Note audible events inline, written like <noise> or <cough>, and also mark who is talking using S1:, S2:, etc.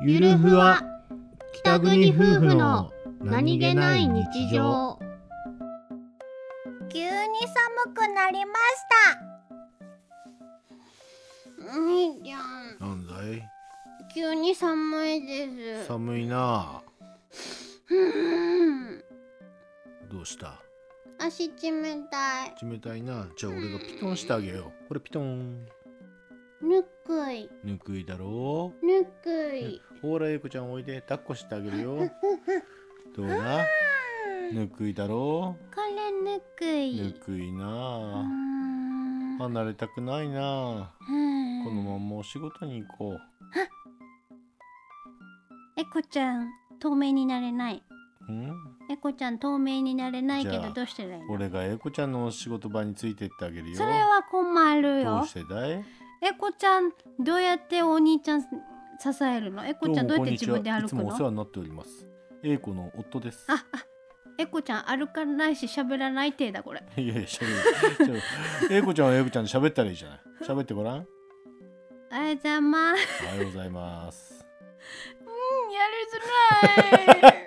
S1: ゆるふわ北国夫婦の何気ない日常
S2: 急に寒くなりましたお兄ちゃ
S1: な
S2: ん
S1: んだい
S2: 急に寒いです
S1: 寒いな
S2: うん
S1: どうした
S2: 足冷たい
S1: 冷たいなじゃあ俺がピトンしてあげようこれピトン
S2: ぬくい
S1: ぬくいだろ
S2: ぬくい、
S1: ほらゆうこちゃんおいで抱っこしてあげるよどうだぬくいだろ
S2: これぬくい
S1: ぬくいう
S2: ー
S1: なん離れたくないな
S2: うん
S1: このまんまお仕事に行こ
S2: えこちゃん透明になれないう
S1: うん
S2: えこちゃん透明になれないけ
S1: じゃ
S2: ど
S1: あ
S2: どうしたらいいの
S1: 俺が英子ちゃんの仕事場についてってあげるよ
S2: それは困る
S1: ど
S2: よ
S1: うしてだい
S2: えこちゃんどうやってお兄ちゃん支えるのえこちゃんどうやって自分で
S1: どうもこんに
S2: 歩
S1: ち
S2: く
S1: はいつもお世
S2: の
S1: 話になっております英子の夫です
S2: ああえこちゃん歩かないし喋らない体だこれ
S1: <laughs> いやいやしゃべる英子ちゃんは英子ちゃんで喋ったらいいじゃない喋ってごらん
S2: あ <laughs> やざまや
S1: おはようございます
S2: りづらい